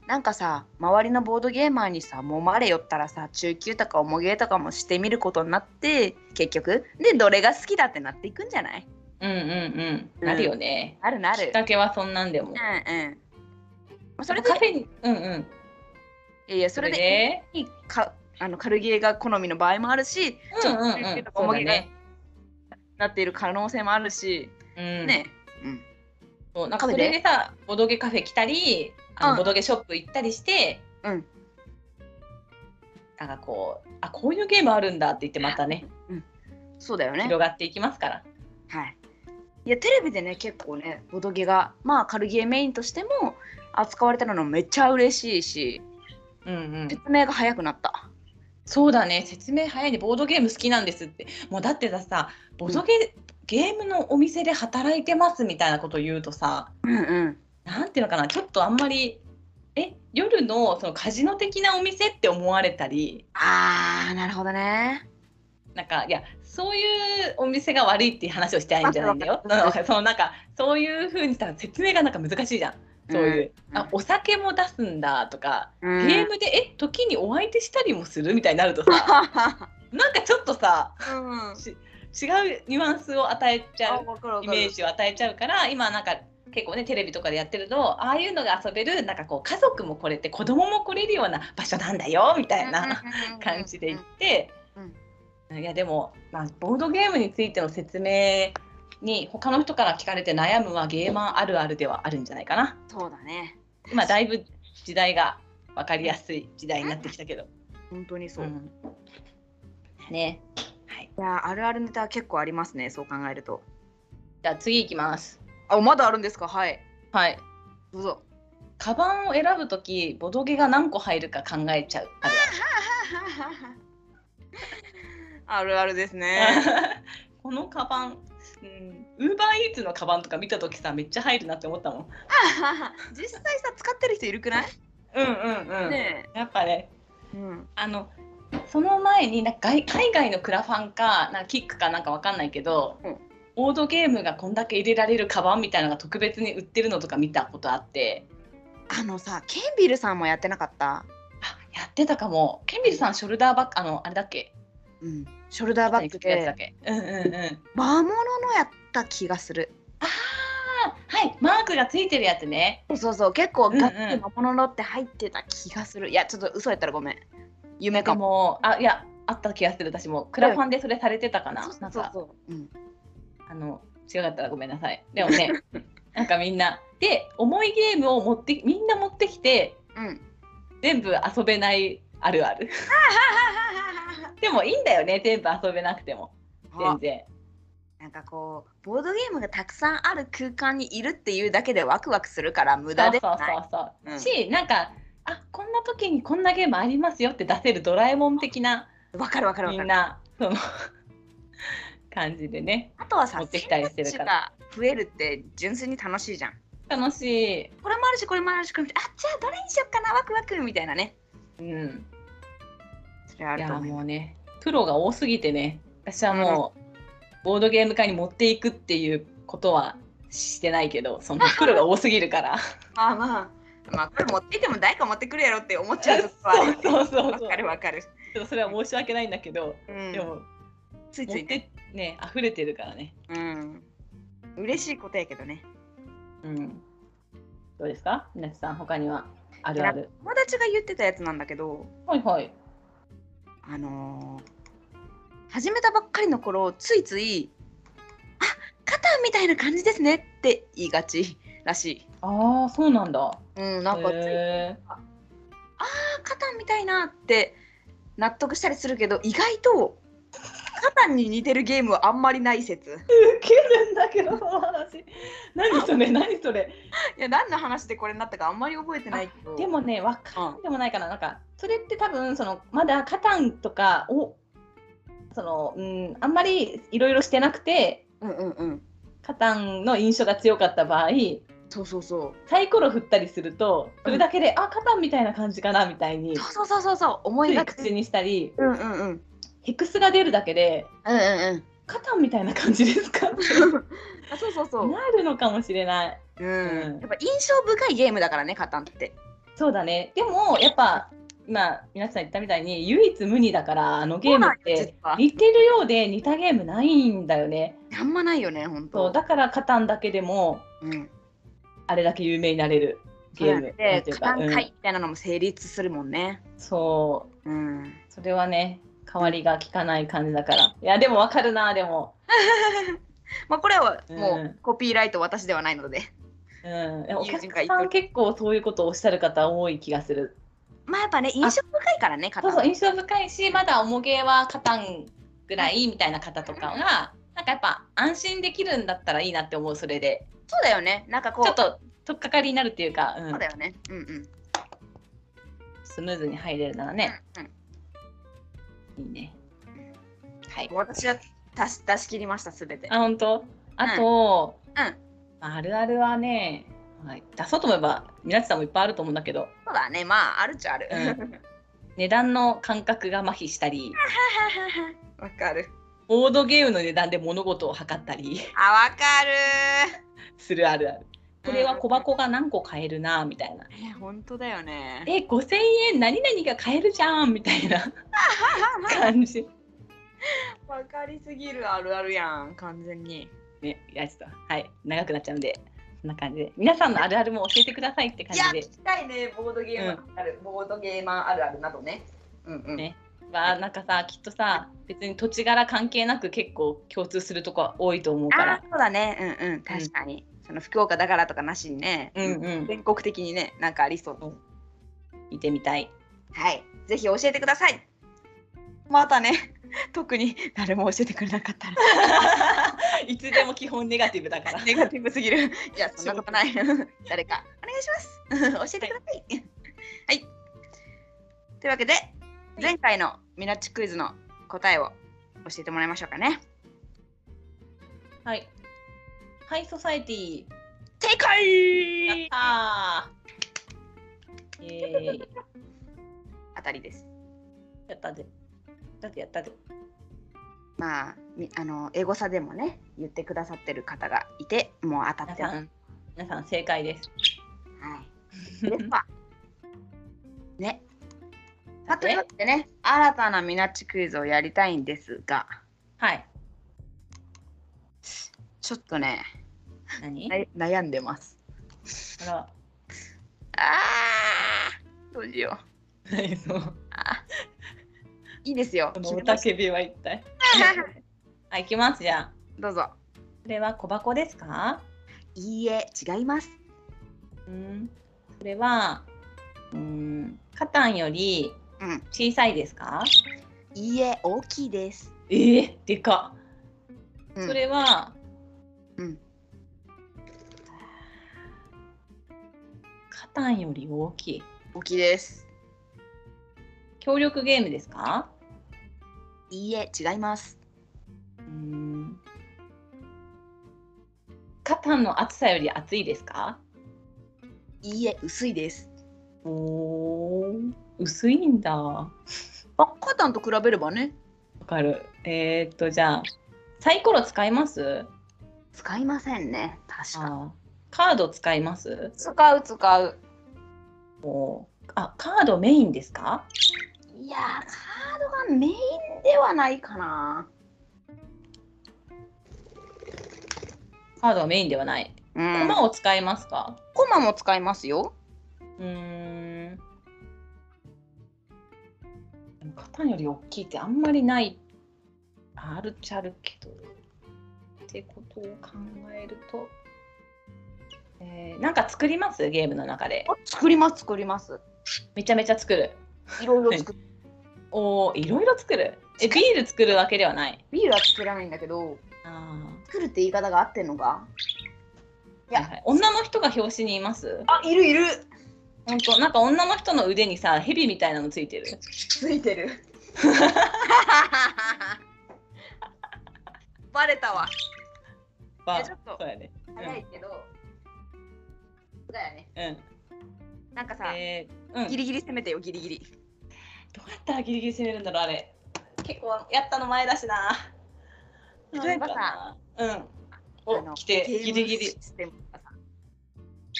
A: なんかさ周りのボードゲーマーにさ揉まれよったらさ中級とか重ゲーとかもしてみることになって結局でどれが好きだってなっていくんじゃない
B: うんうんうんなるよね。
A: あるな
B: きっ
A: る。
B: かけはそんなんでも。
A: うんうん。まあそ
B: そ
A: れ
B: れ
A: で
B: カフェに、うんうん、
A: いやいやそれで
B: ね
A: いいかあの軽ゲーが好みの場合もあるし、
B: うんうんう
A: ちょ
B: ん
A: っと中級とか
B: そう
A: 重
B: だ
A: ゲーが
B: ね。
A: なっている可能性もあるし、
B: うん、
A: ね。うん。
B: そうなん
A: カ
B: か
A: フ
B: そ
A: ェで
B: れでさボドゲカフェ来たりあ
A: うん
B: のボドゲショップ行ったりして、
A: うん、
B: なんかこうあこういうゲームあるんだって言ってまたね
A: そうだよね。
B: 広がっていきますから。
A: はい。いやテレビでね結構ねボドゲがまあ軽ゲーメインとしても扱われたのめっちゃ嬉しいし
B: うんうん
A: 説明が早くなった。
B: そうだね説明早いねボードゲーム好きなんですってもうだってさボドゲ、ゲームのお店で働いてますみたいなこと言うとさ
A: うんうん。
B: なんていうのかなちょっとあんまりえ夜のそのカジノ的なお店って思われたり
A: あーなるほどね。
B: なんかいやそういうお店が悪いっていう話をしてないんじゃないんだよ。
A: わ かるわかる
B: うんわかるそのなんかそういう風にしたら説明がなんか難しいじゃん。そういう、
A: うん
B: あお酒も出すんだとか、
A: うん
B: ゲームでえ時にお相手したりもするみたいになると さなんかちょっとさ
A: うん
B: し違うニュアンスを与えちゃう
A: あわかるわ
B: イ
A: かる
B: メージを与えちゃうから今なんか結構ねテレビとかでやってるとああいうのが遊べるなんかこう家族もこれって子供も来れるような場所なんだよみたいな。感じで言って、いやでも、まあ、ボードゲームについての説明に他の人から聞かれて悩むはゲーマーあるあるではあるんじゃないかな
A: そうだね
B: 今だいぶ時代が分かりやすい時代になってきたけど、
A: 本当にそうう、い
B: んねはい
A: やあるあるネタは結構ありますねそう考えると
B: じゃあ次いきます
A: あまだあるんですかはい
B: はい
A: どうぞ
B: カバンを選ぶときボドゲが何個入るか考えちゃうある
A: あるあるです
B: あ
A: ね
B: る このカバンウーバーイーツのカバンとか見たときさめっちゃ入るなって思ったもん
A: 実際さ使ってる人いるくない、
B: うんうんうん、
A: ね
B: やっぱね
A: え、うん、
B: あのその前になんか外海外のクラファンかなんかキックかなんかわかんないけど、
A: うん
B: ボードゲームがこんだけ入れられるカバンみたいなのが特別に売ってるのとか見たことあって
A: あのさケンビルさんもやってなかった、
B: あやってたかもケンビルさんショルダーバッグあのあれだっけ
A: うん、ショルダーバッグ
B: やつだっ
A: で
B: けうんうんうん
A: 魔物のやった気がする
B: ああはいマークがついてるやつね
A: そうそうそう結構
B: うんうん
A: ガッツリ魔物のって入ってた気がする、いやちょっと嘘やったらごめん夢
B: なん
A: か
B: か
A: も
B: もうあいやあった気がする私もクラファンでそれされてたかな,、なんか
A: そう、うん、
B: あの違かったらごめんなさいでもねなんかみんなで重いゲームを持ってみんな持ってきて
A: うん。
B: 全部遊べないあるある でもいいんだよね全部遊べなくても 全然
A: なんかこうボードゲームがたくさんある空間にいるっていうだけでワクワクするから無駄で
B: そう
A: は
B: そ
A: ないう
B: そう、
A: うん
B: しなんかあこんな時にこんなゲームありますよって出せるドラえもん的な
A: わかるわかるわ
B: み
A: かる。
B: んなその 感じでね
A: あとはさ
B: 持ってきたりしてるから
A: ら増えるって純粋に楽しいじゃん。
B: 楽し
A: これもあるしこれもあるしこれもあるしあじゃあどれにしよっかなワクワクみたいなね。
B: い、うん、
A: それはいある
B: や
A: と思う。
B: もうねプロが多すぎてね私はもう、ボードゲーム会に持っていくっていうことはしてないけど そのプロが多すぎるから。
A: まあまあまあこれ持っていても誰か持ってくるやろって思っちゃうとこはある
B: そうそうそう
A: わかるわかる。
B: ちょっとそれは申し訳ないんだけど、
A: うん
B: でも
A: ついつ
B: 持
A: い
B: っ
A: ね。
B: てね溢れてるからね。
A: うん。嬉しいことやけどね。
B: うん。どうですか、みなちさん他にはあるある。
A: 友達が言ってたやつなんだけど。
B: はいはい。
A: あのー始めたばっかりの頃ついつい「あ肩みたいな感じですね」って言いがちらしい。
B: ああそうなんだ。
A: うん、なんかつい「
B: へ
A: あ肩みたいな」って納得したりするけど意外と肩に似てるゲームはあんまりない説。
B: ーウケるんだけどその 話。何それ何それ。
A: いや何の話でこれになったかあんまり覚えてないけど。
B: でもねわかんでもないかななんかそれって多分そのまだカタンとかをそのうんあんまりいろいろしてなくて
A: うんうんうん。
B: カタンの印象が強かった場合。
A: そうそうそう。
B: サイコロ振ったりするとそれだけで、あカタンみたいな感じかなみたいに
A: そうそうそうそう思
B: つ
A: い
B: い
A: がち。
B: 口にしたり
A: うんうんうん。 うんうん
B: ヘクスが出るだけで
A: うん。
B: カタンみたいな感じですかって
A: あそうそうそう。
B: なるのかもしれない
A: うん、やっぱ印象深いゲームだからね、カタンって。
B: そうだねでもやっぱ今皆さん言ったみたいに唯一無二だからあのゲー
A: そ
B: ムっ
A: うなんよ
B: て
A: 実は
B: 似てるようで似たゲームないんだよね
A: あんまないよね、本
B: そう
A: 当。
B: だからカタンだけでも
A: うん、
B: あれだけ有名になれるゲー
A: そ
B: ム
A: うや
B: な
A: っ
B: んて
A: て
B: いう
A: カ
B: か
A: タン
B: う
A: 会
B: ん
A: みたいなのも成立するもんね。
B: そう
A: うん。
B: それはね、変わりが効かない感じだから。いや、でもわかるな、でも。
A: まあこれは
B: う
A: も
B: ん
A: うコピーライト私ではないので。
B: うん。でもお客
A: 友人
B: さ
A: が
B: ん結構そういうことをおっしゃる方多い気がする。
A: まあやっぱね、印象深いからね、カ
B: そ
A: タン
B: うそう、
A: は。
B: 印象深いし、まだ重げはカタンぐらいみたいな方とかが、なんかやっぱ安心できるんだったらいいなって思う、それで。
A: そうだよね、なんかこう。
B: ちょっと、とっかかりになるっていうか、う
A: そ
B: ん
A: うだ、よね。うんうん。
B: スムーズに入れるならね、
A: うんうん
B: いいね。はい。
A: 私は出し出し切りました、すべて。
B: あ、本当。あと、
A: うんうん
B: あるあるはね、はい、出そうと思えば、皆さんもいっぱいあると思うんだけど、
A: そうだね、まああるっちゃある。
B: う
A: は
B: ん値段の感覚が麻痺したり、
A: ははは わかる。
B: ボードゲームの値段で物事を測ったり
A: あ、わかる
B: するあるある。これは小箱が何個買えるなみたいな。
A: え本当だよね。
B: え5000円何々が買えるじゃんみたいな感じ。
A: わかりすぎるあるあるやん完全に。
B: ね、いやちょっとはい長くなっちゃうんでそんな感じで皆さんのあるあるも教えてくださいって感
A: いや
B: じ
A: 聞
B: で。
A: きたいねボードゲームある、ボードゲーマーあるあるなどね。うんうん。
B: ねはなんかさきっとさ別に土地柄関係なく結構共通するとこは多いと思うか
A: ああ
B: ら
A: ーそうだねうんうん確かに、その福岡だからとかなしにね、
B: うんうん
A: 全国的にねなんかありそう
B: 見てみたい。
A: はいぜひ教えてくださいまたね 特に誰も教えてくれなか ったら
B: いつでも基本ネガティブだから。
A: ネガティブすぎる いやそんなこと ない誰かお願いします 教えてくださいはい、というわけで前回のミナッチクイズの答えを教えてもらいましょうかね
B: はい。ハイソサエティ。
A: 正
B: やっ
A: 解
B: たー。えーイ、
A: 当たりです
B: やったぜ。だってやったぜ。
A: まあ、みあのエゴサでもね言ってくださってる方がいてもう当たっ
B: 皆
A: てま
B: さ
A: す。
B: ん、皆さん正解です。
A: はい、ではね。さあというわけでね新たなミナッチクイズをやりたいんですが
B: はい。
A: ちょっとね
B: 何？
A: な悩んでます。
B: あら、
A: あーどうしよう。
B: 何その
A: いいですよ。
B: この
A: 決め
B: 雄
A: ま
B: た
A: し
B: けびは一体。
A: た
B: あ、行きますじゃあ。
A: どうぞ。
B: これは小箱ですか？
A: いいえ違います。
B: うん。これは、うん、カタンより
A: うん
B: 小さいですか？
A: いいえ大きいです。
B: えー、でかっ。
A: うん
B: それは、
A: うん。
B: カタンより大きい。
A: 大きいです。
B: 協力ゲームですか？
A: いいえ違います。
B: うーん。カタンの厚さより厚いですか？
A: いいえ薄いです。
B: おお、薄いんだ。わ
A: バッカタンと比べればね
B: かる。えー、っとじゃあサイコロ使います？
A: 使いませんね確かに
B: あーカード使います？
A: 使う使う
B: あ、カードメインですか？
A: いやーカードがメインではないかな
B: カードはメインではない。
A: う
B: 駒
A: ん
B: を使いますか？
A: コマも使いますよ
B: うーん。でも肩より大きいってあんまりない。ああるっちゃあるけど。ってことを考えると。えーなんか作りますゲームの中で。
A: 作ります作ります
B: めちゃめちゃ作る。
A: いろいろ作る
B: おお、いろいろ作る。え、ビール作るわけではない。
A: ビールは作らないんだけど
B: あ
A: 作るって言い方が合ってんのかい
B: ーはい
A: や
B: はい、女の人が表紙にいます。
A: あいるいる
B: 本当なんか女の人の腕にさ、蛇みたいなのついてる。
A: ついてる バレたわ
B: まあ
A: ちょっと
B: そうやね。
A: 早いけど、だよね
B: うん。
A: なんかさ、
B: えーうん。
A: ギリギリ攻めてよギリギリ
B: どうやったらギリギリ攻めるんだろうあれ結構やったの前だしな
A: 例えばさ
B: うん
A: あ
B: お
A: の
B: 来て
A: ゲーム
B: ギリギリ
A: システムとかさ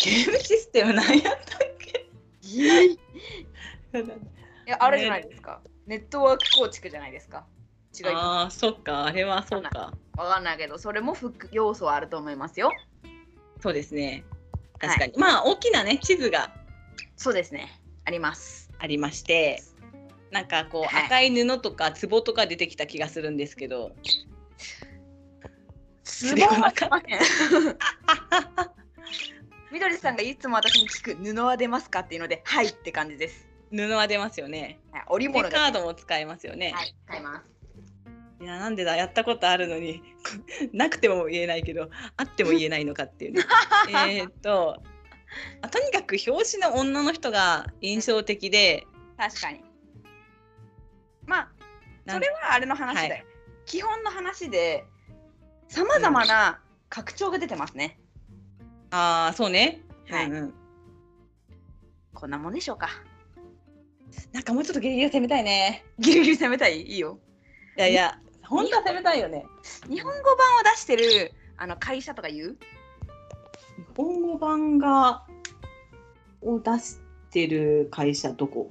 B: ゲームシステム何や ったっけ
A: いやあれじゃないですか、ネットワーク構築じゃないですか違いわ
B: ああそっかあれはそうか
A: かんないけどそれも複要素はあると思いますよ
B: そうですね確かに、まあ大きなね地図が
A: そうですねあります
B: ありましてなんかこう、
A: はい
B: 赤い布とか壺とか出てきた気がするんですけど
A: す
B: ごいわかん
A: ません みどりさんがいつも私に聞く布は出ますかっていうのではいって感じです
B: 布は出ますよね
A: はい織
B: で
A: 物が
B: カードも使えますよね、
A: はい買います
B: いやなんでだやったことあるのに なくても言えないけどあっても言えないのかっていう ねえーっとあとにかく表紙の女の人が印象的で
A: 確かにまあ
B: なん
A: それはあれの話だよ、
B: は
A: 基本の話でさまざまな拡張が出てますね、
B: ああそうね、
A: はい
B: うんうん
A: こんなもんでしょうか
B: なんかもうちょっとギリギリ攻めたいね
A: ギリギリ攻め たいいいよ
B: いやいや本当は攻めたいよね
A: 日本語版を出してるあの会社とか言う
B: 日本語版がを出してる会社どこ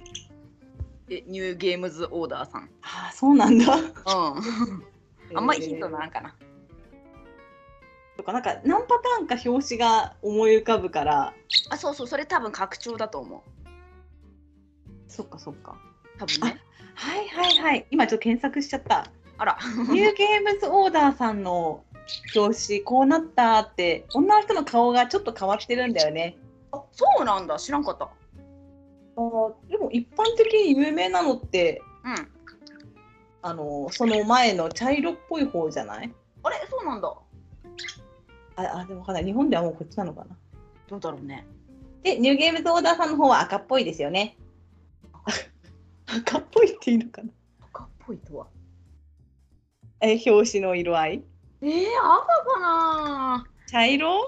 A: えニューゲームズオーダーさん。
B: ああそうなんだ。
A: うん。あんまりヒントなんかな。
B: とかなんか何パターンか表紙が思い浮かぶから
A: あ、そうそう、それ多分拡張だと思
B: そっかそっか
A: う。多分ね。
B: はいはいはい今ちょっと検索しちゃった
A: あら。
B: ニューゲームズオーダーさんの表紙こうなったって女の人の顔がちょっと変わってるんだよね
A: あそうなんだ、知らんかった。
B: あーでも一般的に有名なのって
A: うん。
B: あのその前の茶色っぽい方じゃない
A: あれ、そうなんだ。
B: ああでもわかんない日本ではもうこっちなのかな
A: どうだろうね。
B: でニューゲームズオーダーさんの方は赤っぽいです よね赤っぽいっていいのかな
A: 赤っぽいとは。
B: え表紙の色合い
A: えー、赤かな
B: 茶色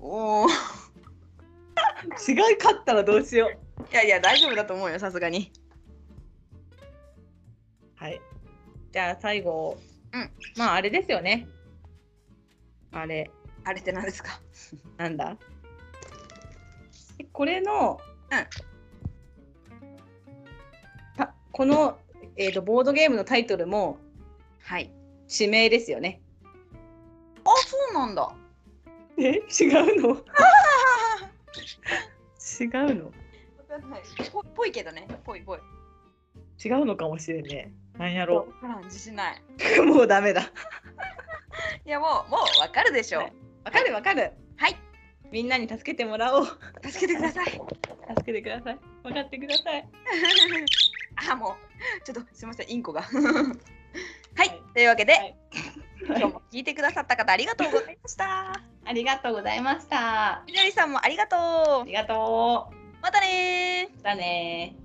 A: おお。い
B: 違い勝ったらどうしよう
A: やいや、大丈夫だと思うよ、さすがに。
B: はい。じゃあ最後。
A: うん。
B: まああれですよね。あれ、
A: あれって何ですか
B: なんだえこれの、たこの、えー、とボードゲームのタイトルも
A: はい。
B: 地名ですよね。
A: あ、そうなんだ。
B: え違う の違うの
A: わかんない。ぽぽいけどね。ぽいぽい。
B: 違うのかもしれんね。なんや
A: わ
B: ろ
A: からん、自信ない。
B: う。もうダメだ。
A: いや、もう、もうわかるでしょう。
B: わかるわかる。
A: はい。
B: みんなに助けてもらおう。
A: 助けてください。
B: 助けてください。分かってください。
A: あ、もう、ちょっとすみません、インコが。はい、というわけで、
B: はい
A: 今日も聞いてくださった方ありがとうございました。
B: ありがとうございました。あ
A: みどりさんもありがとう。
B: りがと
A: またねー。
B: う。だねー